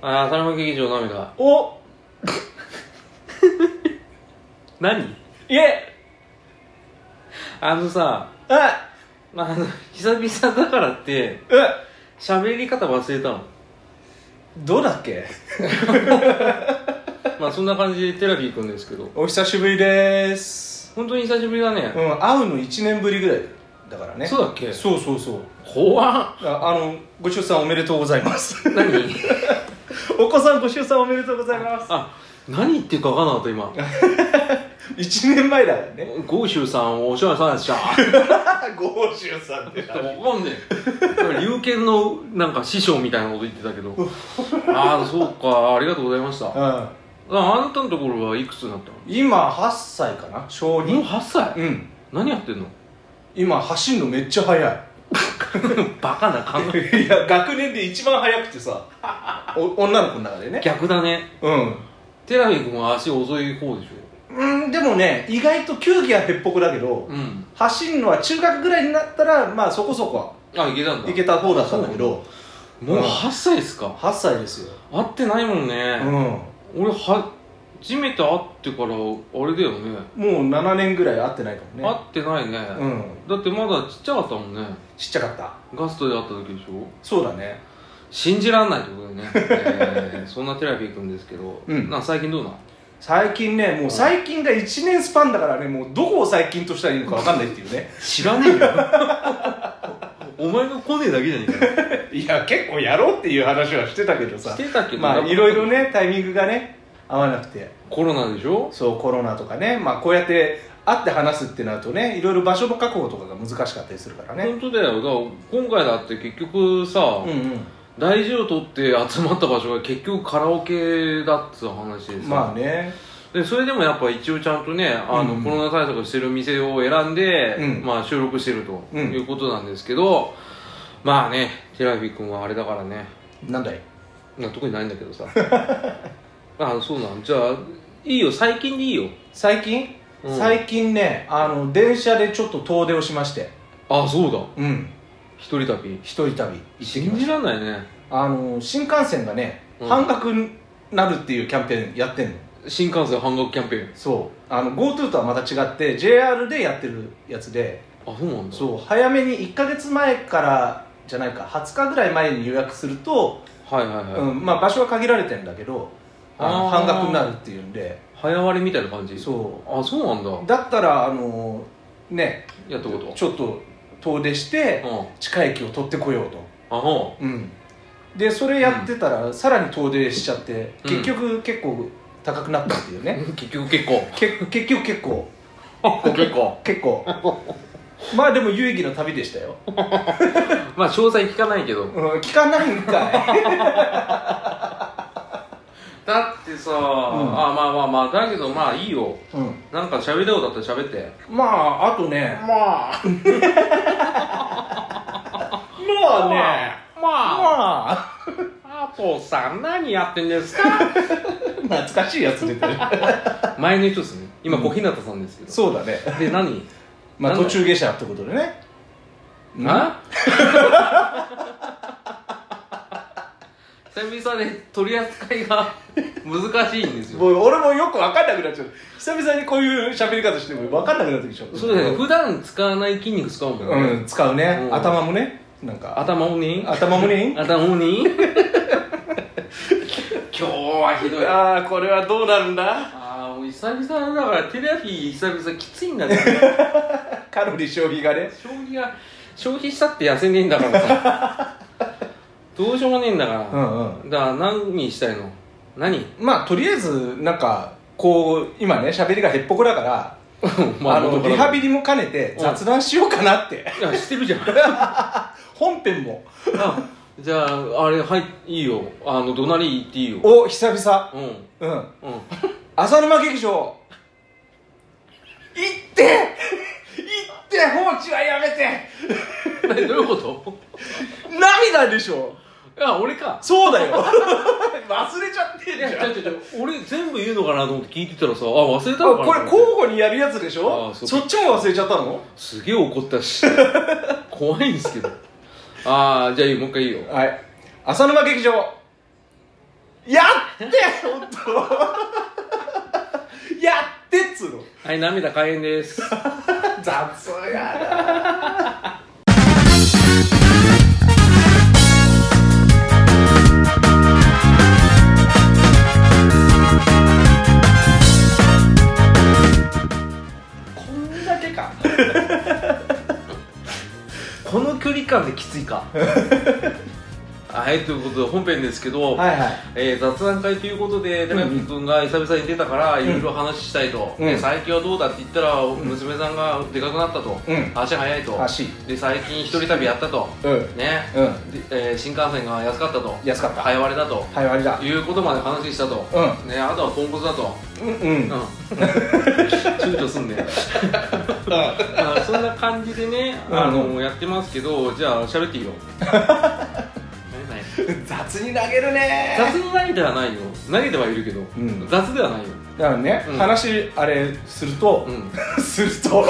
ああ浅沼劇場涙お何いえあのさえまああの久々だからってえ喋り方忘れたのどうだっけまあそんな感じでテラビーくんですけどお久しぶりです本当に久しぶりだねう、ん会うの1年ぶりぐらいだからねそうだっけそうそうそう怖っああのご出産おめでとうございます 何お子さんご出産おめでとうございますあ何言ってるか分かんなかった今1年前だからねゴーシュウさんお世話さんでした ご出産ってわかんねえ龍拳のなんか師匠みたいなこと言ってたけどああそうかありがとうございましたあうんあなたのところはいくつになったの今8歳かなも小う2 8歳うん何やってんの今走るのめっちゃ速い バカな考え いや学年で一番速くてさお女の子の中でね逆だねうんテラフィ君は足遅い方でしうんでもね意外と球技はへっぽこだけど、ょうん走るのは中学ぐらいになったらまあそこそこあいけたんだいけた方だったんだけどもう8歳ですか8歳ですよ会ってないもんうね、ん俺は初めて会ってからあれだよねもう7年ぐらい会ってないかも会ねってないね、うんだってまだちっちゃかったもんねちっちゃかったガストで会った時でしょそうだね信じらんないってことでね、えーそんなテラピーくんですけど、うんな最近どうなん最近ねもう最近が1年スパンだからねもうどこを最近としたらいいのか分かんないっていうね知らねえよ お前が来ねえだけじゃねえか いや結構やろうっていう話はしてたけどさしてたけどまあいろいろねタイミングがね合わなくてコロナでしょそうコロナとかねまあこうやって会って話すってなるとねいろいろ場所の確保とかが難しかったりするからね本当だよだから今回だって結局さ、うんうん大事を取って集まった場所が結局カラオケだっつう話でさ、まあねでそれでもやっぱ一応ちゃんとねあの、うんコロナ対策してる店を選んで、うんまあ、収録してるとうんいうことなんですけど、まあねテラフィー君はあれだからねなんだいな特にないんだけ どさあそうなんじゃあいいよ最近でいいよ最近、うん最近ねあの電車でちょっと遠出をしましてあそうだうん一人旅一人旅行ってき信まじしらんないねたあの新幹線がね、うん半額になるっていうキャンペーンやってんの新幹線半額キャンペーンそうあの GoTo とはまた違って JR でやってるやつであそうなんだそう早めに1か月前からじゃないか20日ぐらい前に予約すると、はいはいはい、うんまあ、場所は限られてんだけどあのあー半額になるっていうんで早割りみたいな感じそあそうなんだうだったらあのねやったことちょっと遠出してうん地下駅を取ってこようと、あほうん、でそれやってたらさらに遠出しちゃって、うん結局結構高くなったっていうね、う結局結構け結局結構 結構結構まあでも有意義な旅でしたよ、まあ詳細聞かないけどうん、聞かない んかいだってさ、あまあまあまあだけどまあいいようんなんか喋りたいことあったら喋ってまああとねまあまあねまあまあアポさん何やってんですか懐かしいやつ出 てる前の人ですね今小日向さんですけど、そうだねで何まあなんだ途中下車ってことでねん あ久々で取り扱いが難しいんですよもう俺もよく分かんなくなっちゃう久々にこういう喋り方しても分かんなくなってきちゃうそうだよね普段使わない筋肉使うもんね、うん使うね、うん頭もねなんか頭をに頭もね頭に今日はひどいあ ああこれはどうなるんだあーもう久々だからテレビ久々きついんだからカロリー消費がね消費が消費したって痩せねえんだからさ どうしようもねえんだから、うんうんだから何したいの 何まあとりあえずなんかこう今ね喋りがへっぽこだから、あ、の元からリハビリも兼ねて雑談しようかなって、いやしてるじゃん本編もあじゃああれはいいいよあの怒鳴り言っていいよお久々うん うんうん浅沼劇場行って行って放置はやめて何どういうこと涙でしょいや俺かそうだよ忘れちゃっていん じやゃ違んう違う違う俺全部言うのかなと思って聞いてたらさあ忘れたのかなこれと思って交互にやるやつでしあょあそそうっちも忘れちゃったのすげえ怒ったし怖いんですけどああじゃあいいよもう一回いいよはい浅沼劇場行っやって本当 やってっつうのはい涙開演です雑やこんだけかこの距離感できついかはいということで本編ですけど、なはいはいえー雑談会ということで高木君が久々に出たからいろいろ話したいと、うんで最近はどうだって言ったら娘さんがでかくなったと、うん足早いと足で最近一人旅やったとうんね、うんでえー新幹線が安かったと安かった早割れだとはい終わりだいうことまで話したと、うね、あとはポンコツだと、うん うんうん、躊躇すんねまあそんな感じでね、あのうやってますけどじゃあ喋って いいよ何何雑に投げるね雑に投げてはないよ投げてはいるけど、ん雑ではないよ、だからね、うん話あれすると、うする と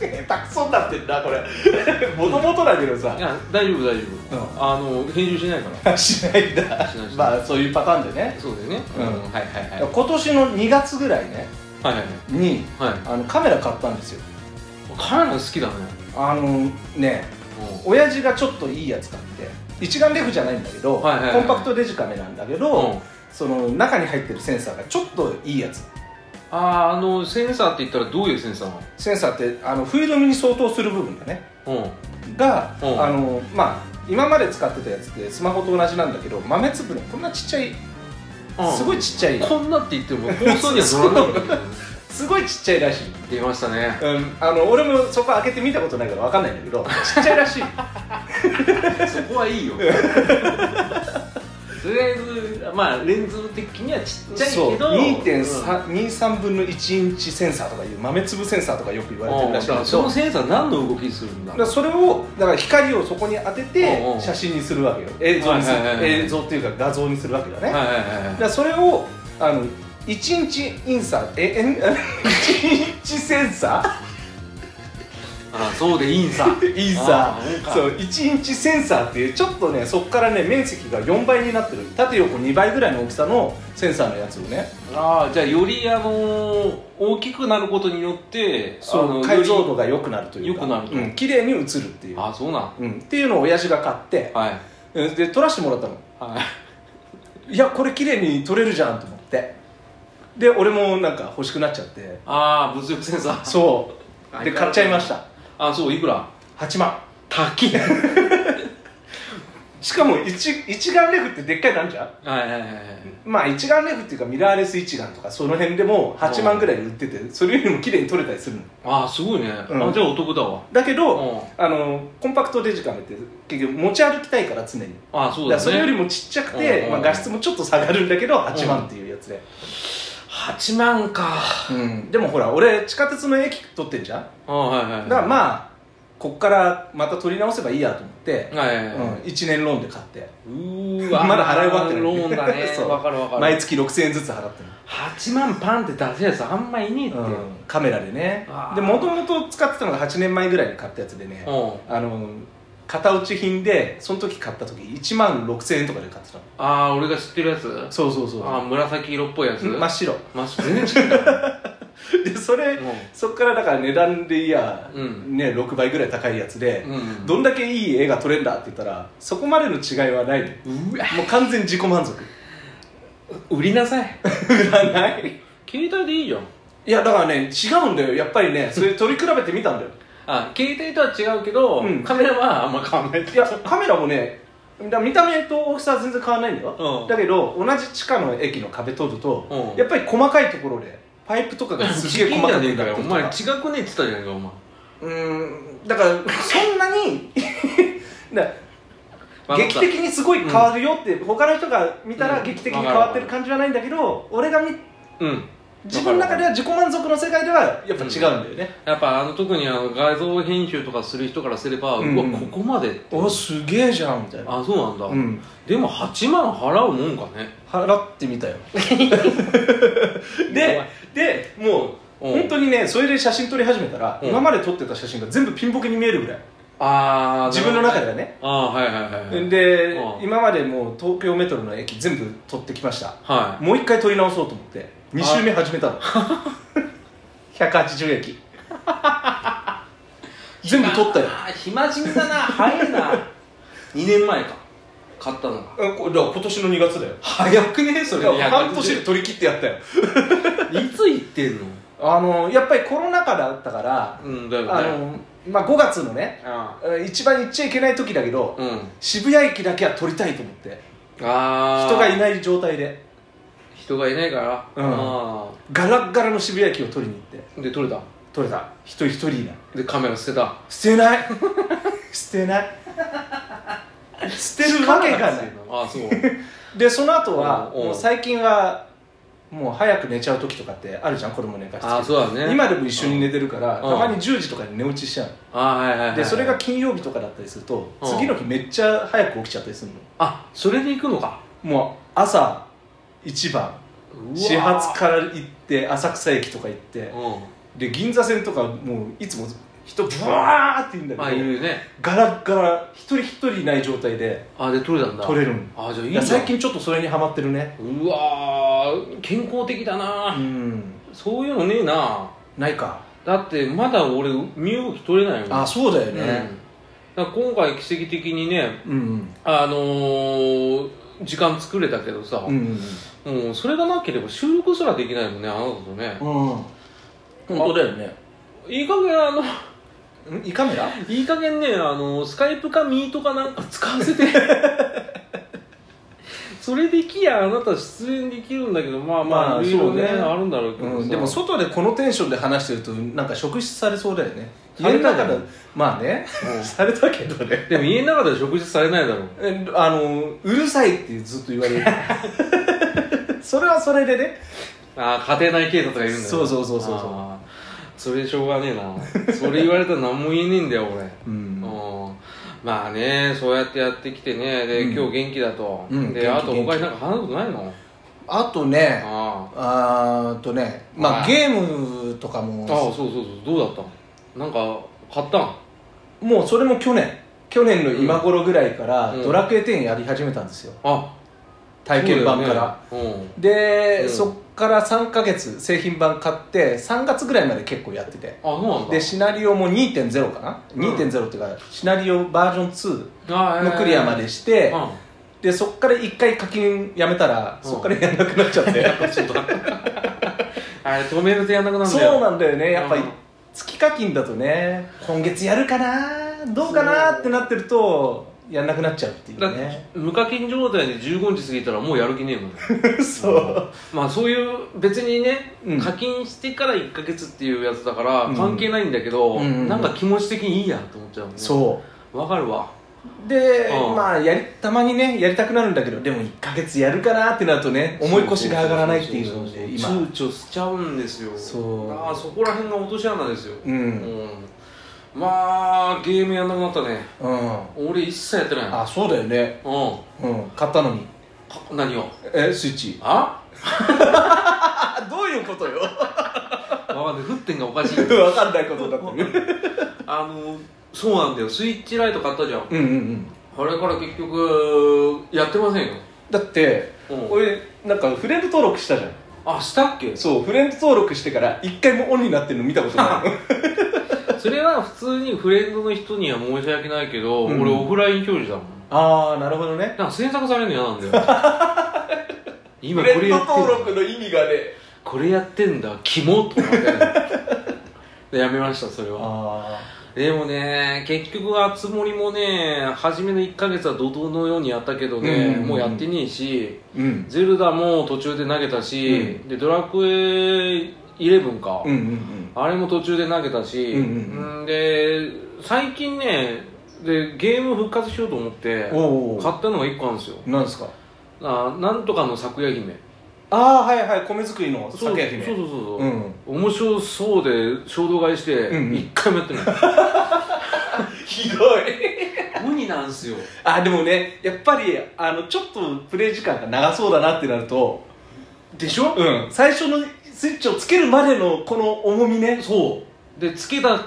下手くそになってんだこれ もともとだけどん、いさや大丈夫大丈夫、うんあの編集しないから しないんだしないしないまあそういうパターンでねそうだよね、うんはいはいはいはい今年の2月ぐらいねはいはいにはいあのカメラ買ったんですよカメラ好きだねあのね親父がちょっといいやつ買って一眼レフじゃないんだけど、はいはいはいコンパクトデジカメなんだけうん、ど、うんその中に入ってるセンサーがちょっといいやつあーあのセンサーって言ったらどういうセンサーなセンサーってあのフィルムに相当する部分だねのうんが、うんあのまあ今まで使ってたやつってスマホと同じなんだけど豆粒のこんなちっちゃいすごいちっちゃいこんなって言っても放送には乗らないんだけどすごいちっちゃいらしい、出ました ねうん、あの俺もそこ開けて見たことないから分かんないんだけどちっちゃいらしいそこはいい よとりあえずまあレンズ的にはちっちゃいけそうどうん2.23分の1インチセンサーとかいう豆粒センサーとかよく言われてるらしいんだけそどのセンサー何の動きするんだだからそれをだから光をそこに当てうんうんて写真にするわけよ映像にするはいはいはいはい映像っていうか画像にするわけだね、はいはいはい だからそれをあの1日インサええん1日センサーあそうでいいんさインサあそうかーそう1日センサーっていうちょっとねそこからね面積が4倍になってる縦横2倍ぐらいの大きさのセンサーのやつをね ああじゃあよりあのー大きくなることによってそあのう解像度よが良くなるというか良くなるとうん、綺麗に映るっていりう、あそうなんうん、っていうのを親父が買ってはいうんで撮らせてもらったのはいいやこれ綺麗に撮れるじゃんと思ってで俺もなんか欲しくなっちゃってああ物欲センサーそうで買っちゃいましたあそういくら8万高いはいしかも一一眼レフってでっかいなんじゃんはいはいはいまあ一眼レフっていうかミラーレス一眼とかその辺でも8万ぐらいで売っててそれよりも綺麗に撮れたりするのああすごいね、うんあじゃあお得だわだけどうんあのコンパクトデジカメって結局持ち歩きたいから常にああそそうだだねからそれよりもちっちゃくうんて、うんまあ、画質もちょっと下がるんだけど8万っていうやつで、 8万かうんでもほら俺地下鉄の駅撮ってんじゃんああはいはいはだいからまあこっからまた撮り直せばいいやと思って、はいはいうはい、ん、1年ローンで買ってうーわまだ払い終わってないローンだねそうわかるわかる毎月6000円ずつ払ってる8万パンって出せるやつあんまいねえって、うんカメラでねあーでもともと使ってたのが8年前ぐらいに買ったやつでね、うんあの型落ち品でその時買った時1万6000円とかで買ってたのああ俺が知ってるやつそうそうそうああ紫色っぽいやつ真っ白ま全然違うんだでそれ、うんそっからだから値段でいや、うんね、6倍ぐらい高いやつで、うんどんだけいい絵が撮れるんだって言ったらそこまでの違いはないのうわもう完全自己満足売りなさい売らない携帯でいいじゃんいやだからね違うんだよやっぱり ねそれ取り比べてみたんだよあ携帯とは違うけど、うんカメラはあんま変わんないいやカメラもねだから見た目と大きさは全然変わらないんだよ、うんだけど同じ地下の駅の壁取ると、うんやっぱり細かいところでパイプとかがすすげえげえ細かじくゃねえかなってるよおと前違かくねえって言ったじゃねえかお前うーんだから そんな にだからまあ劇的にすごい変わるよって、他の人が見たら劇的に変わってる感じはないんだけど、俺が見うん自分の中では自己満足の世界ではやっぱ違うんだよね、やっぱあの特にあの画像編集とかする人からすれば、ううんわここまでっておすげえじゃんみたいなあそうなんだ、うんでも8万払うもんかね払ってみたよででもううん本当にねそれで写真撮り始めたらうん今まで撮ってた写真が全部ピンボケに見えるぐらいああ自分の中ではねああはいはいはいはいでうん今までもう東京メトロの駅全部取ってきましたはいもう一回取り直そうと思って2周目始め たの180駅 全部取ったよあー暇人だな早いな2 年前か買ったのがあこだから今年の2月だよ早くねそいれいやや半年で取り切ってやったよいつ行ってんのあのやっぱりコロナ禍だったから、うんだよねあのまあ、5月のねあえー一番行っちゃいけない時だけど、あうん渋谷駅だけは取りたいと思ってああ人がいいない状態で人がいないからうんあガラッガラの渋谷駅を取りに行ってあで撮れた取れた一人一人いないでカメラ捨てた捨てない捨てない 捨てるわけがないああそう でその後はうんうんもう最近はもう早く寝ちゃう時とかってあるじゃん子供寝かああしてそうだね今でも一緒に寝てるからたうんまに10時とかに寝落ちしちゃうああはいはいはい、はい、でそれが金曜日とかだったりするとうん次の日めっちゃ早く起きちゃったりするのあそれで行くのかもう朝一番うわ始発から行って浅草駅とか行ってうで銀座線とかもういつも人ブワーっているんだんまあけいどるねガラッガラ一人一人いない状態でああで撮れたんだ取れるのああじゃあいいいじゃやん最近ちょっとそれにハマってるねうわー健康的だな、うんそういうのねえなないかだってまだ俺身動き取れないよあそうだようねんだから今回奇跡的にねうんあのー、時間作れたけどさ、うんうんもうそれがなければ収録すらできないもんねあなたとね、本当だよねいい加減あの ん胃カメラいい加減ねあのスカイプかミートかなんか使わせ てそれできやあなた出演できるんだけどまあまあ、まあいろいろねそうねあるんだろうけどさ、うんでも外でこのテンションで話してるとなんか職質されそうだよねさ家れのたじゃ中んでまあねされたけどねでも家の中で食事されないだろうえあのうるさいってずっと言わ れるそれはそれでねああ家庭内警察がいるんだよそうそうそうそうそうあーそれしょうがねえなそれ言われたら何も言えねえんだよ俺ううんんまあねそうやってやってきてねで、うん今日元気だと、うんで元気あと他になんか話すことないのあとねああーっとねまはあいゲームとかあああもそうそうそうどうだったのなんか買ったんもうそれも去年去年の今頃ぐらいからうんドラクエ10やり始めたんですよあ体験版から、そうだよねで、うんそっから3ヶ月製品版買って3月ぐらいまで結構やっててうん、あそうなんだでシナリオも2.0かな、うん2.0っていうかシナリオバージョンあ2のクリアまでして、えーうんでそっから一回課金やめたら、うんそっからやんなくなっちゃって あれ止めるとやんなくなるんだよそうなんだよねやっぱりうん月課金だとね今月やるかなどうかなってなってるとやんなくなっちゃうっていうだね無課金状態で15日過ぎたらもうやる気ねえもん そうまあそういう別にね、うん課金してから1か月っていうやつだからうん関係ないんだけど、うんうんうんなんか気持ち的にいいやと思っちゃうもんねそうわかるわうでうんまあやりたまにねやりたくなるんだけどでも1か月やるかなってなるとね思い越しが上がらないっていうので今今躊躇しちゃうんですよそうああそこら辺が落とし穴ですよううんん、まあゲームやんなくなったねうん、俺一切やってないあそうだよねうんうん買ったのにか何をえスイッチああどういうことよ わかんない沸点がおかしいわかんないことだって るあのそうなんだよスイッチライト買ったじゃんうんうんうんあれから結局やってませんよ、だってうん、俺なんかフレンド登録したじゃんあしたっけそうフレンド登録してから一回もオンになってるの見たことない それは普通にフレンドの人には申し訳ないけど、うん俺オフライン表示だもん ああなるほどねなんか制作されるの嫌なんだよ 今これやってんだの意味がねこれやってんだキモと思ってで やめましたそれはあでもね結局あつ森もね初めの1ヶ月は怒涛のようにやったけどね、うんうんうんもうやってねえしあうんゼルダも途中で投げたし、うでドラクエ11か、うんうんあれも途中で投げたし、うんうんうんで最近ねでゲーム復活しようと思ってうんおお買ったのが1個あるんですよなんですかあなんとかの昨夜姫ああはいはい米作りの酒屋姫そうそうそうそう、うん面白そうで衝動買いしてうんうん一回もやって ない、ひどい 無理なんすよあでもねやっぱりあのちょっとプレイ時間が長そうだなってなるとでしょうん最初のスイッチをつけるまでのこの重みね そうでつけた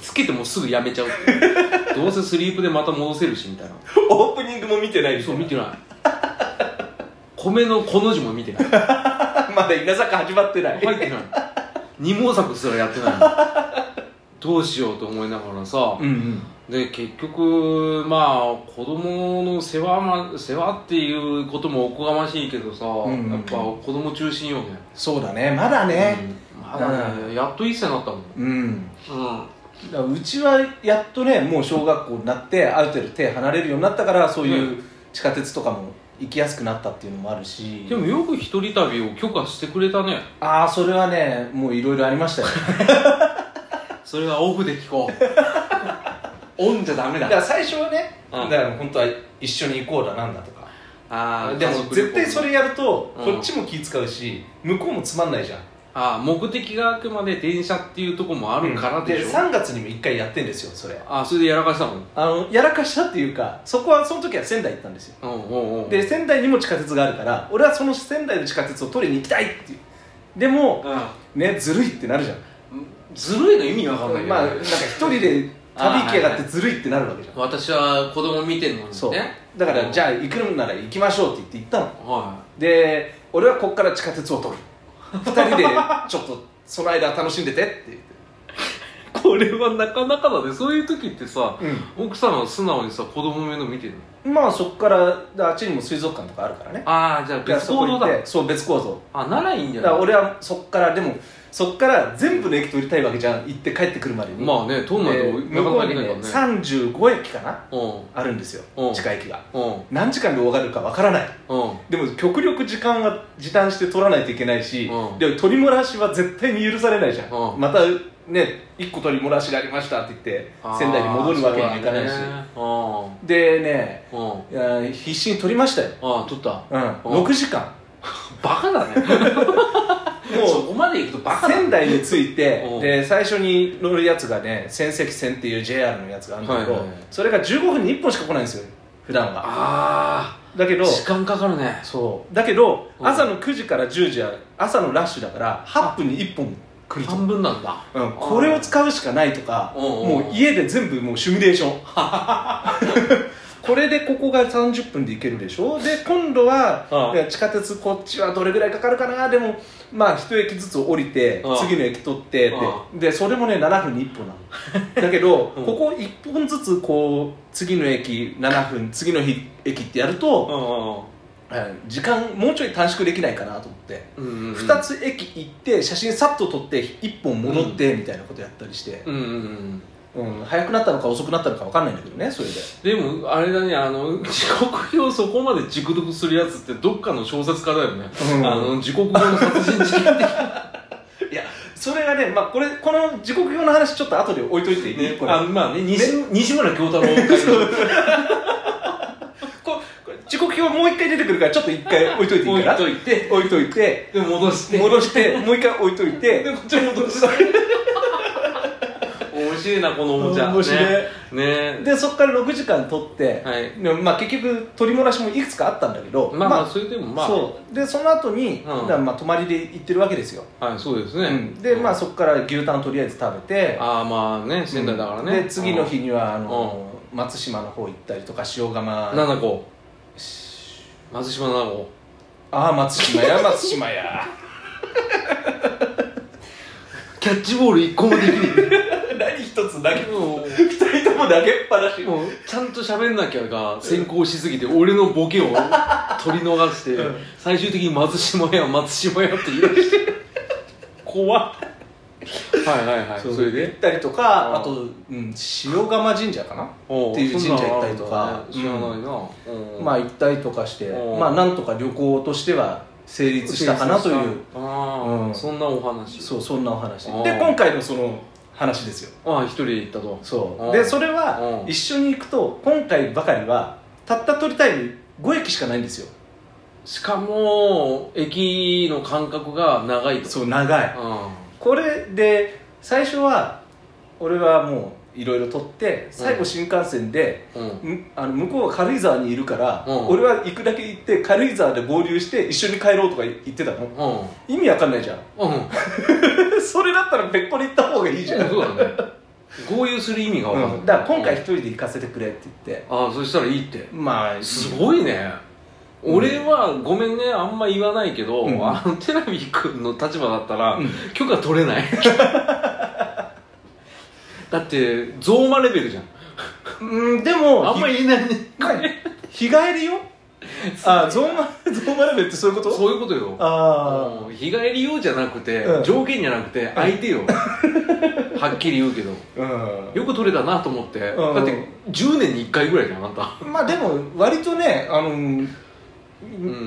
つけてもすぐやめちゃうっていうどうせスリープでまた戻せるしみたいなオープニングも見てないでしそょう見てない米のこの字も見てない入 まだ稲作始まってないってない二毛作すらやってないのどうしようと思いながらさ、 うんうんで結局まあ子供の世話,、ま、世話っていうこともおこがましいけどさ、んやっぱ子供中心よねそうだねまだねうんまだね、やっと一歳になったもんうんうんだからうちはやっとねもう小学校になってある程度手離れるようになったからそういう地下鉄とかも行きやすくなったっていうのもあるしでもよく一人旅を許可してくれたねああそれはねもういろいろありましたよそれはオフで聞こうオンじゃダメ だだから最初はねうだんから本当は一緒に行こうだなんだとかあーでも絶対それやるとうんこっちも気使うし向こうもつまんないじゃんあー目的があくまで電車っていうとこもあるからでしょ、 3月にも1回やってんですよそれあーそれでやらかしたもんうんあのやらかしたっていうかそこはその時は仙台行ったんですようんうんで仙台にも地下鉄があるから俺はその仙台の地下鉄を取りに行きたいっていうでもねずるいってなるじゃんずるいの意味わかんないけど、まあなんか一人 で旅行きやがってずるいってなるわけじゃん私は子供見てるのにねそうだからじゃゃあ行くのなら行きましょうって言って行ったのはで俺はここから地下鉄を取る 2人でちょっとその間楽しんでてって言っていこれはなかなかだねそういう時ってさ、う奥さんは素直にさ子供目の見てるのまあそこからであっちにも水族館とかあるからねああじゃあ別行動だいやそこ行ってそう別行動あならいいんじだゃかないら俺はそこからでもそこから全部の駅取りたいわけじゃん行って帰ってくるまでにまあね通んないでとな向かこなうかでにきないねからね35駅かなうんあるんですようん地下駅がうん何時間で終わるかわからないうんでも極力時間は時短して取らないといけないし、うんでも取り漏らしは絶対に許されないじゃん、うんまたね1個取り漏らしがありましたって言って仙台に戻るわけにもいかないし、あーそうでねだねうんうんいや必死に取りましたよ、ああ取ったうん、うん6時間バカだねそもうこまで行くとバカだね仙台に着 いてうんで最初に乗るやつがね仙石線っていう JR のやつがあるんだけど、はいはいはいそれが15分に1本しか来ないんですよ普段はあだけあど時間かかるねそうだけどうん朝の9時から10時は朝のラッシュだから8分に1本来ると半分なんだうん、これを使うしかないとかうんうんうんもう家で全部もうシミュレーション これでここが30分で行けるでしょで今度はああいや地下鉄こっちはどれぐらいかかるかなでもまあ一駅ずつ降りてああ次の駅取ってってああでそれもね7分に1本な のだけど、うんここ1本ずつこう次の駅7分次の日駅ってやると、えー時間もうちょい短縮できないかなと思って、うんうんうん2つ駅行って写真さっと撮って1本戻ってみたいなことやったりして、うんうんうんうん早くなったのか遅くなったのか分かんないんだけどねそれででもあれだねあの時刻表をそこまで熟読するやつってどっかの小説家だよね、うんあの時刻表の殺人事件的いやそれがね、まあ、これこの時刻表の話ちょっと後で置いといていい、ね これあまあね西西村京太郎 会ここれ時刻表もう一回出てくるからちょっと一回置いといていいかな置いといて置いといてで戻して戻してもう一回置いといてでこっち戻した面白いなこのおもちゃ面白いねねでそこから6時間撮って、はいでまあ、結局取り漏らしもいくつかあったんだけどまあまあそれでもまあそうでその後に、んだからまあ泊まりで行ってるわけですよ、はいそうですね、うんでまあそこから牛タンとりあえず食べてああまあね仙台だからね、で次の日にはあの、松島の方行ったりとか塩釜七子松島七子ああ松島や松島 やキャッチボール一個もできる何一つ投げ も二人とも投げっぱなしうもうちゃんと喋んなきゃが先行しすぎて俺のボケを取り逃して、うん最終的に松島屋松島屋って言い出して怖っはいはいはいそそうれ行でったりとかうんあと、うん、塩釜神社かなおっていう神社行ったりとかそんなのあるんだね知らないな、うんまあ行ったりとかしてうんまあなんとか旅行としては成立したかなというああ、うんそんなお話そうそんなお話うんで今回のその話ですよああ一人で行ったとそう、うんでそれはうん一緒に行くと今回ばかりはたった取りたい5駅しかないんですよしかも駅の間隔が長いとそう長いこれで最初は俺はもういろいろ取って最後新幹線で、うんうんむあの向こうは軽井沢にいるから、うん俺は行くだけ行って軽井沢で合流して一緒に帰ろうとか言ってたのうん意味わかんないじゃん うんそれだったら別個で行った方がいいじゃんそうだね合流する意味が分かんない、うんだから今回一人で行かせてくれって言って、ああそしたらいいってまあすいごいね俺はごめんねあんま言わないけど、うんあのテラビ君の立場だったら、うん許可取れ ないだってゾーマレベルじゃんうんでもあんまり言えないね日帰りよあゾーマゾーマラベってそういうことそういうことよあもう日帰り用じゃなくて、うん条件じゃなくて相手 よはっきり言うけどあうんよく取れたなと思って、うんだって10年に1回ぐらいじゃんあんたまあでも割とねあの、ん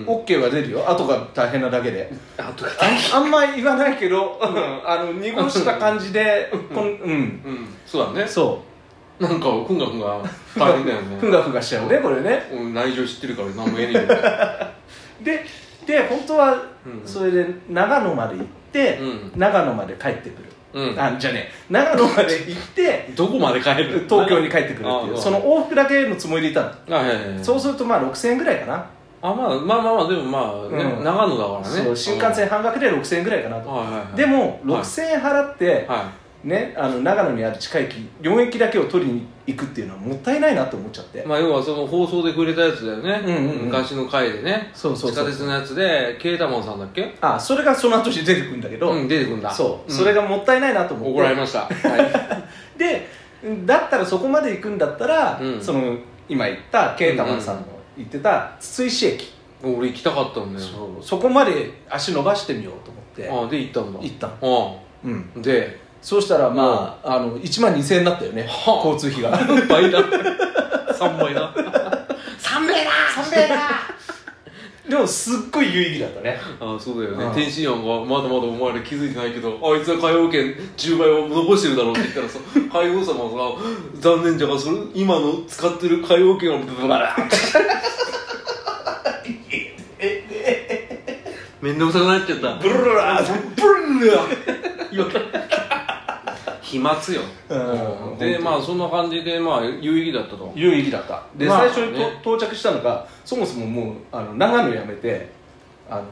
オッケーは出るよ後が大変なだ けであとあんま言わないけど、うんあの濁した感じでこんうんうんそうだねそなんかふんがふんが大変だようねふがふがしちゃうねこれねうん内情知ってるから何も言えねえけどでで本当はうんそれで長野まで行って、う長野まで帰ってくる、うんあじゃあね長野まで行ってどこまで帰る東京に帰ってくるっていうその往復だけのつもりでいたのあはいはいはいそうするとまあ6000円ぐらいかな、あまあまあまあまあでもまあね、うん長野だからねそう新幹線半額で6000円ぐらいかなうんと、はいはいはいでも6000円払って、はね、あの長野にある近い駅4駅だけを取りに行くっていうのはもったいないなと思っちゃって、いまあ要はその放送で触れたやつだよね、うんうんうん昔の回でねそうそうそう地下鉄のやつでケータマンさんだっけあそれがその後に出てくるんだけど、うん出てくんだそう、んそれがもったいないなと思って怒られましたはでだったらそこまで行くんだったら、うんその今言ったケイタマンさんの言ってた筒石駅、い 俺行きたかったんだよそうそこまで足伸ばしてみようと思あってで行ったんだ行ったうんうんでそうしたらまあ,、あの1万2000円だったよね、はあ交通費が倍だ3倍だ3倍だ3倍だでもすっごい有意義だったねあそうだよね、うん天津飯はまだまだお前ら気づいてないけどあいつは海洋圏10倍を残してるだろうって言ったらさ海王様はさ残念じゃがそれ今の使ってる海洋圏はブブブブ 面倒くさくなっちゃったブルルラーブルルラー 言われ飛沫よ、うんでまあそんな感じでまあ有意義だったと有意義だったで、まあ最初にと、ね到着したのがそもそももうあの長野やめてあの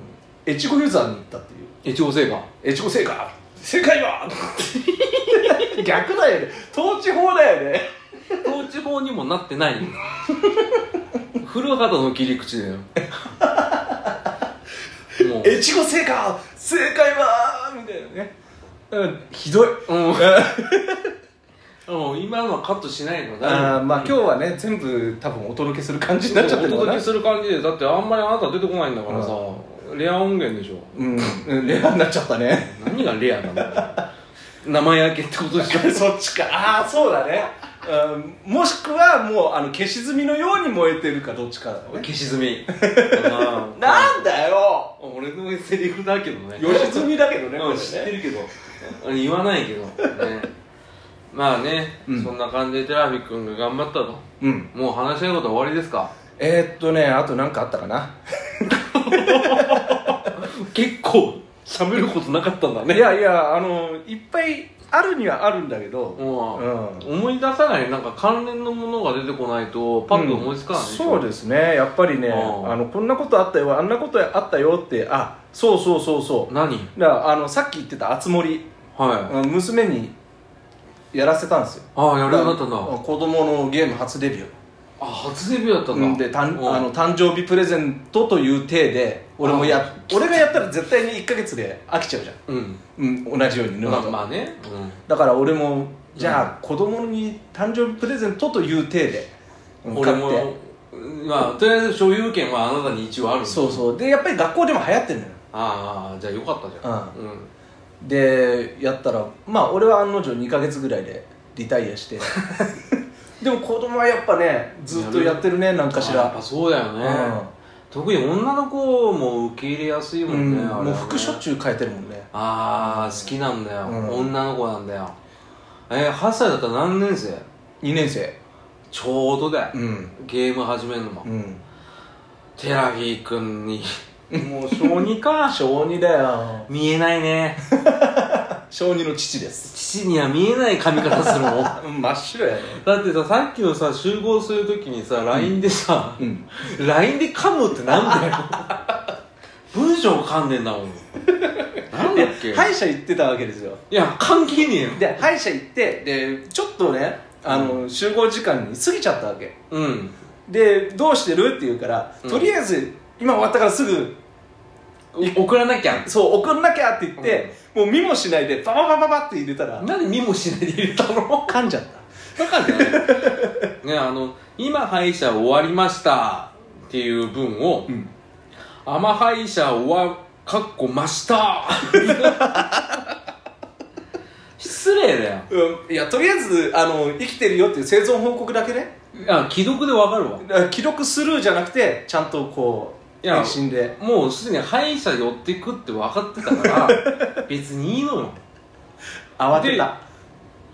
越後湯山に行ったっていう越後製菓越後製菓正解は逆だよね統治法だよね統治法にもなってないよ 古畑の切り口だ よもう越後製菓正解はみたいなねうんひどい うん、うん、今のはカットしないのあーまあうん今日はね全部多分お届けする感じになっちゃってるおのか届けなする感じでだってあんまりあなた出てこないんだからさ、レア音源でしょうんうんレアになっちゃったね何がレアなんだ生焼けってことでしょ そっちかああそうだねうんもしくはもうあの消し炭のように燃えてるかどっちかだね消し済 みなんだよ俺のセリフだけどね良純だけどねこうれん知ってねるけど言わないけど、ね、まあね、うんそんな感じでテラフィック君が頑張ったとうんもう話し合いことは終わりですかえー、っとねあと何かあったかな結構喋ることなかったんだいやいやあのいっぱいあるにはあるんだけどもう、う思い出さないなんか関連のものが出てこないとパッと思いつかないうんそうですすねやっぱりねうんあのこんなことあったよあんなことあったよってあそうそうそうそう何だからあのさっき言ってた熱盛はいうん娘にやらせたんですよああやるようになったんだから子供のゲーム初デビューあ初デビューだったうんんだでたんうんあの誕生日プレゼントという体で俺もや俺がやったら絶対に1か月で飽きちゃうじゃん、うんうん、同じようにま沼あと、まあね、だから俺もじゃあ子供に誕生日プレゼントという体で、う、うんん俺買っもまあとりあえず所有権はあなたに一応あるてそううそうでやっぱり学校でも流行ってるのよああじゃあよかったじゃんうん、でやったらまあ俺は案の定2か月ぐらいでリタイアして でも子供はやっぱねずっとやってるねなんかしやっらぱそうだよね、うん特に女の子も受け入れやすいもうんんね、あれはねもう服しょっちゅう変えてるもんねああ好きなんだよ、うん女の子なんだよえー、8歳だったら何年生2年生ちょうどだよ、うんゲーム始めるのも、うんテラフィー君にもう小児か小2だよ見えないね小2の父です父には見えない髪型する もんだ真っ白やねってささっきのさ集合するときにさ LINE でさうん LINE で噛むってなんだよ文章噛んでんだもんなんでだっけで歯医者行ってたわけですよいや関係ねえよで歯医者行ってでちょっとねあの、集合時間に過ぎちゃったわけうんでどうしてるって言うから、うんとりあえず今終わったからすぐ送らなきゃそう送んなきゃって言って、もう見もしないでパパパパパって入れたらなんで見もしないで入れたの噛んじゃっただからね ねあの今歯医者終わりましたっていう文をうん「アマ歯医者終わかっこました」 失礼だよいやとりあえずあの生きてるよっていう生存報告だけねあ既読でわかるわだから記録スルーじゃなくてちゃんとこういや返信でもうすでに歯医者寄ってくって分かってたから 別にいいのよ慌てた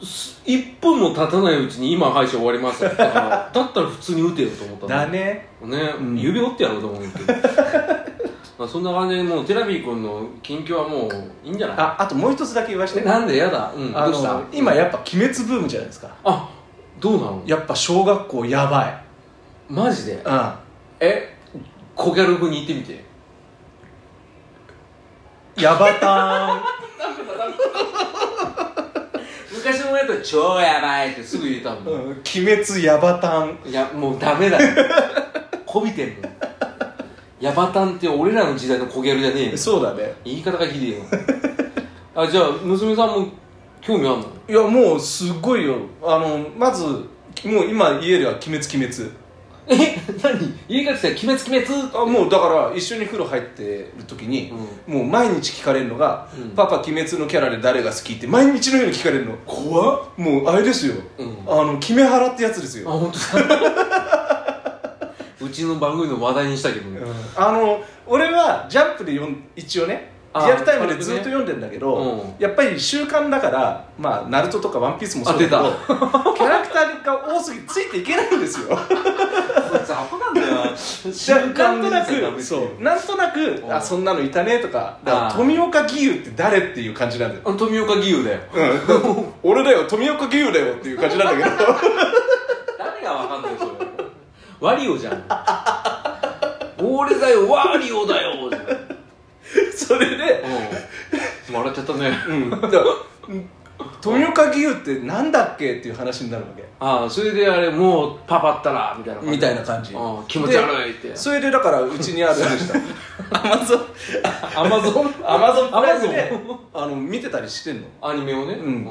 す1分も経たないうちに今歯医者終わりましたって言ったからだったら普通に打てよと思ったのだねね、うん指折ってやろうと思うけ どまあそんな感じでもうテラビー君の近況はもういいんじゃないああともう一つだけ言わしてなんでやだ、うん、あどうしたの今やっぱ鬼滅ブームじゃないですかあどうなのやっぱ小学校やばいマジでうんえコギャル君に行ってみてヤバタ昔のやったら超やばいってすぐ言えたもん、ン、 うん、鬼滅ヤバタンいやもうダメだよこびてんのヤバタンって俺らの時代のコギャルじゃねえよそうだね言い方がひでえよあじゃあ娘さんも興味あんのいやもうすごいよあのまずもう今家では鬼滅鬼滅え何家が来たら「鬼滅鬼滅」あもうだから一緒に風呂入ってる時に、もう毎日聞かれるのが、うんパパ鬼滅のキャラで誰が好き?」って毎日のように聞かれるの怖っもうあれですよ、うんあのキメハラってやつですあよ、本当だ うちの番組の話題にしたけどうね、んあの俺は「ジャンプ」で読ん一応ねリあアルタイムで軽くねずっと読んでんだけど、うんやっぱり習慣だから「まあ、ナルトとか「ワンピースもそうだけどあキャラクターが多すぎてついていけないんですよ雑魚なんだよ 習だからなん慣とでなダメってくそうなんとなくうんあそんなのいたねとかだからあー富岡義勇って誰っていう感じなんだよあの富岡義勇だようん、俺だよ富岡義勇だよっていう感じなんだけど誰がわかんないそれワリオじゃん俺だよワリオだよ それで、うん笑っちゃったねうん、だからうん富岡義勇ってなんだっけっていう話になるわけああそれであれもうパパったらみたいな感じみたいな感じああ気持ち悪いってそれでだからうちにあ るアマゾンアマゾンアマゾンプライムで Amazon あの見てたりしてんのアニメをねううんん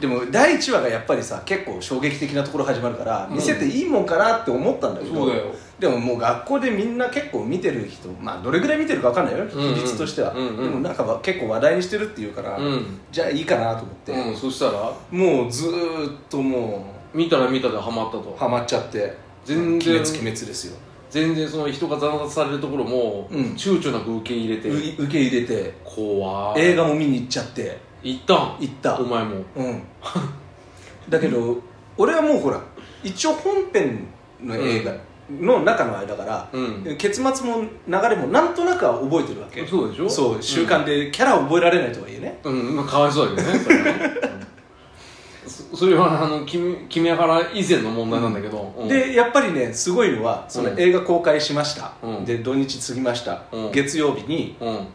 でも第1話がやっぱりさ結構衝撃的なところ始まるからうん見せていいもんかなって思ったんだけど、そうだよでももう学校でみんな結構見てる人まあどれぐらい見てるか分かんないようんうん比率としては、うんうんでもなんか結構話題にしてるっていうから、うんじゃあいいかなと思って、うんそしたらもうずーっとも見たら見たでハマったとうハマっちゃって全然鬼滅鬼滅ですよ全然その人が惨殺されるところもうん躊躇なく受け入れてう受け入れて怖映画も見に行っちゃって行ったん行ったお前もうんだけど、俺はもうほら一応本編の映画の中の間だから、うん結末も流れもなんとなくは覚えてるわけそうでしょそう習慣でキャラを覚えられないとはいえね、うん、まあ、かわいそうだけどねそれはねうんそそれはあの君君原以前の問題なんだけど、うん、でやっぱりねすごいのはその映画公開しました、うんで土日過ぎました、うん月曜日にうん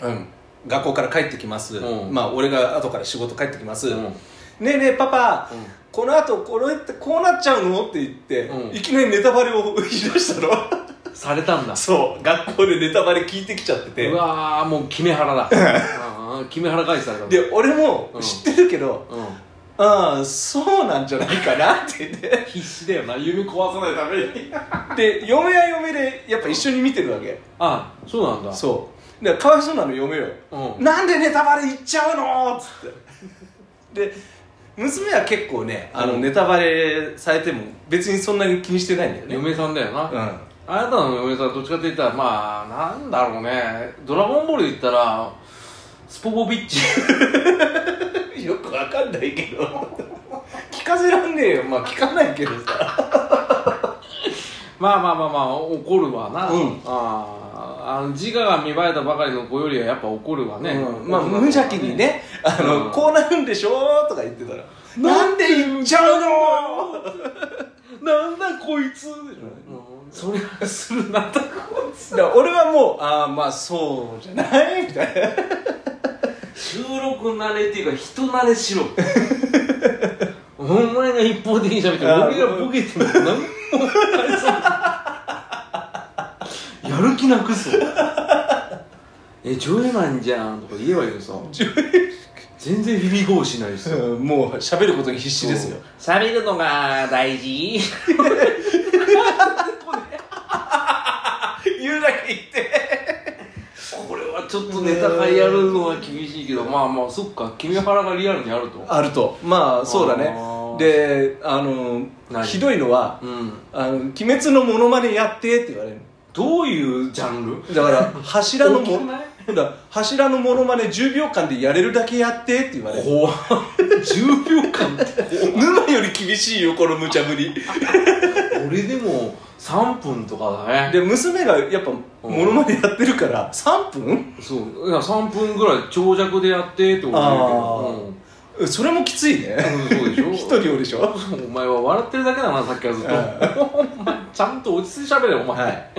うん、学校から帰ってきます、うんまあ俺が後から仕事帰ってきます、うんねえねえパパ、うんこの後これってこうなっちゃうのって言って、うんいきなりネタバレを 言い出したのされたんだそう学校でネタバレ聞いてきちゃっててうわーもう君原だああ君原返しされたんだで俺もうん知ってるけど、うん、ああそうなんじゃないかなって言って必死だよな夢壊さないためにで嫁は嫁でやっぱ一緒に見てるわけ、あそうなんだそうだからかわいそうなの嫁よ、うんなんでネタバレ言っちゃうのっつってで娘は結構ねあのうんネタバレされても別にそんなに気にしてないんだよね嫁さんだよな、うんあなたの嫁さんどっちかって言ったらまあなんだろうね「ドラゴンボール」で言ったらスポボビッチ よくわかんないけど聞かせらんねえよまあ聞かないけどさまあまあまあまあ怒るわな、うんあーあの自我が芽生えたばかりの子よりはやっぱ怒るわね、うんまあ無邪気にねあうの、んこうなるんでしょとか言ってたらなんで言っちゃうのなんだこいつ、それはするなだこいつだから俺はもうああまあそうじゃないみたいな収録慣れっていうか人慣れしろお前が一方的に喋ってあー俺がボケても何も返さないやる気なくそうえ10円なんじゃんとか言えばいいのさ全然響こうしないしさうん もう喋ることに必死ですよ喋るのが大事言うだけ言ってこれはちょっとネタがやるのは厳しいけどまあまあそっか君原がリアルにあるとあるとまあそうだねあーであの何ひどいのはうん「あの鬼滅のモノマネやって」って言われるどういうジャンル だから柱の大きもくないだから柱のモノマネ10秒間でやれるだけやってって言われる怖っ10秒間って沼より厳しいよこの無茶ぶり俺でも3分とかだねで娘がやっぱモノマネやってるから3分そういや3分ぐらい長尺でやってって思うそれもきついねけど、うん、そうで一しょ人おるでしょお前は笑ってるだけだなさっきからずっとお前ちゃんと落ち着いてしゃべれお前、はい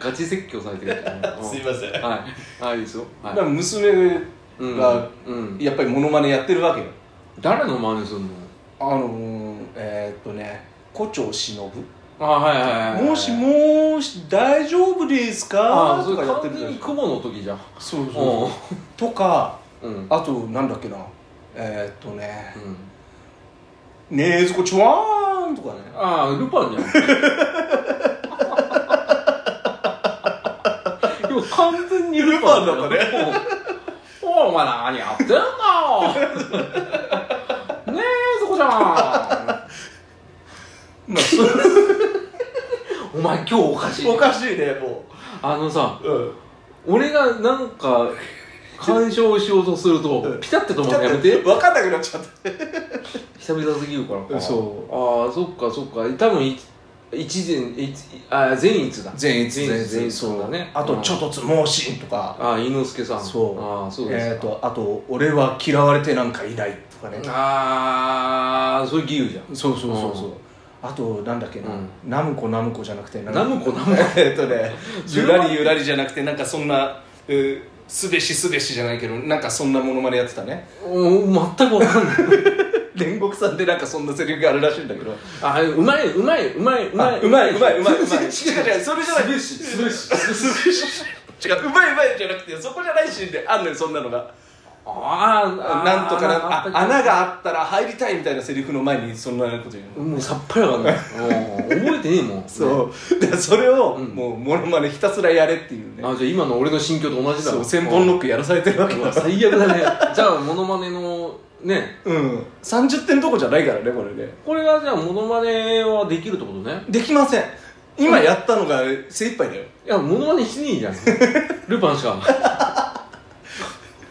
ガチ説教されてる からねすいませんうんはいはいいいですよ、はだいから娘うんがうん、やっぱりモノマネやってるわけよ誰の真似すんのあのー、えー、っとね胡蝶忍あはいはいはいもしもーし大丈夫ですあかそとかれやってる完じゃ全んに雲の時じゃんそうそううんとかうんあとなんだっけなえー、っとねうん「ねえずこちわーん」とかねああルパン じゃん今完全にルパンルパンだねおお前何やってんだよねえそこじゃまあそれんお前今日 おかしいおかしいねもあのさううん俺がなんか干渉しようとするとピタッて止まるのやめて分かんなくなっちゃった久々すぎるからかそうああそっかそっか多分一一前一あ善逸だ全員全員全員そうだねあと「ちょっとつ盲信」とかああ伊之助さんそうああそうですかえー、っとあと「俺は嫌われてなんかいない」とかねああそれ義勇じそうそうそうそうあとなんだっけうな、んナムコナムコじゃなくてゃなんんかナムコナムコ えっとねそれゆはらりゆらりじゃなくてなんかそんなうーすべしすべしじゃないけどなんかそんなものまでやってたねうん全くわかんない煉獄さんでなんかそんなセリフがあるらしいんだけどあうまいうまいうまいうまあいうまいうまいうまいうまい違う違う違うそれじゃないべしすべし違ううまいうまいじゃなくてそこじゃないシーンであんのよそんなのがあーあーなんとかなああ穴があったら入りたいみたいなセリフの前にそんなこと言うのもうさっぱりわかんないうん覚えてねえもん そうだからそれをうんもうモノマネひたすらやれっていうねあじゃあ今の俺の心境と同じだそう千本のノックやらされてるわけだ最悪だねじゃあモノマネのねうん30点どこじゃないからねこれねこれがじゃあモノマネはできるってことねできません今やったのが精一杯だよいやモノマネしてねえ じゃんルパンしか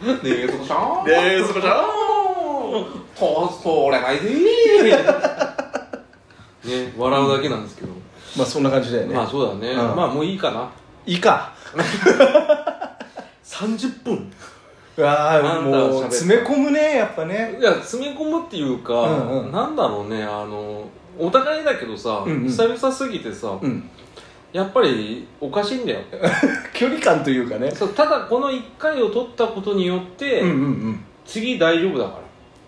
ねえそこしゃーでそこじゃ通通れ ないぜね笑うだけなんですけど、まあそんな感じだよね、まあそうだね、うんまあもういいかないいか30分うわなあんだもう喋った詰め込むねやっぱねいや詰め込むっていうか、うんうんなんだろうねあのお互いだけどさ、うんうん久々すぎてさ、うんやっぱりおかしいんだよ距離感というかねそうただこの1回を取ったことによって、うんうんうん次大丈夫だか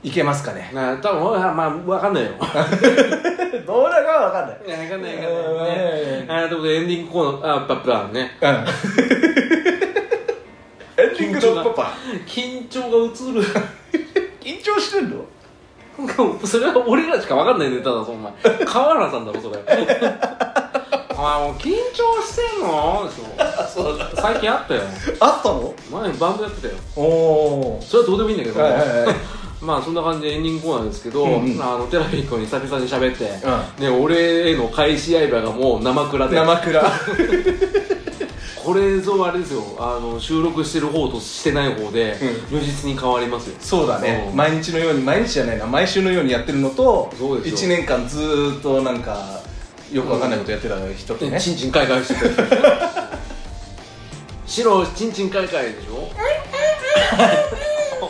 いけますかねらな多分まあまあ分かんないよ どうだかわかんない分かんない分かんない、ねうんあーということでエンディングコーナーあパップラーねエンディングのパパ緊張が映る緊張してんの それは俺らしか分かんないネタだぞお前川原さんだろそれお前もう緊張してんのそう最近あったよあったの前バンドやってたよおおそれはどうでもいいんだけど、はい はいはいまあそんな感じでエンディングコーナーですけど、うんうんあのテラフィックに久々に喋って、ね、俺への返し刃がもう生倉で生倉これぞあれですよあの収録してる方としてない方で、如実に変わりますよそうだねうん毎日のように毎日じゃないな毎週のようにやってるのとそうです1よ年間ずーっとなんかよくわかんないことやってた人ってねチンチンカイカイしてたよ 白チンチンカイカイでしょ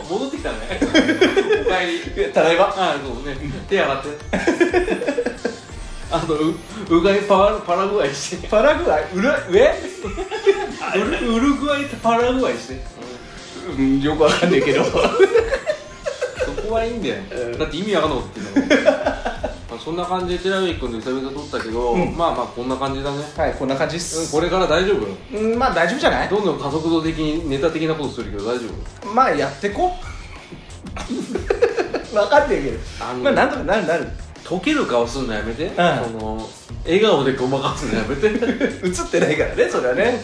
戻ってきたねおかえりただいまああそうね手洗ってあとううがいパラパラグアイして パラグアイうら上ウルウルグアイとパラグアイして、うん、よくわか んないけどそこはいいんだよ、うんだって意味わかんなかったけどまあそんな感じでテラミックの久々撮ったけど、うんまあまあこんな感じだね、うんはいこんな感じっす、これから大丈夫うん、まあ大丈夫じゃないどんどん加速度的にネタ的なことするけど大丈夫まあやって こ分かってるけどあのまあなんとかなるなる溶ける顔すんのやめて、んその笑顔でごまかすのやめて映ってないからねそれはね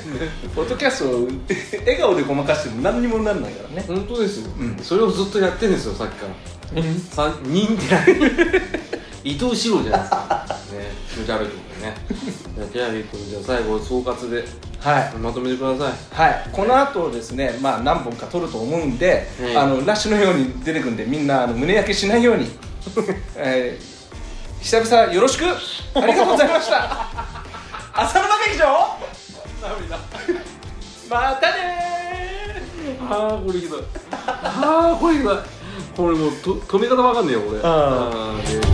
ポッドキャストを笑顔でごまかしても何にもなんないからね 本当ですよ、うんそれをずっとやってるんですよさっきから三人で 伊藤四郎じゃないですかね気持ち悪いと思うねじゃあテラミックじゃあ最後総括ではいまとめてくださいはい、この後ですね、まあ、何本か撮ると思うんで、うんあのラッシュのように出てくるんでみんなあの胸焼けしないよう に、えー久々よろしくありがとうございました 浅沼劇場またねーああこれひどいああこれひどいこれもうと止め方わかんねえよ俺ああーね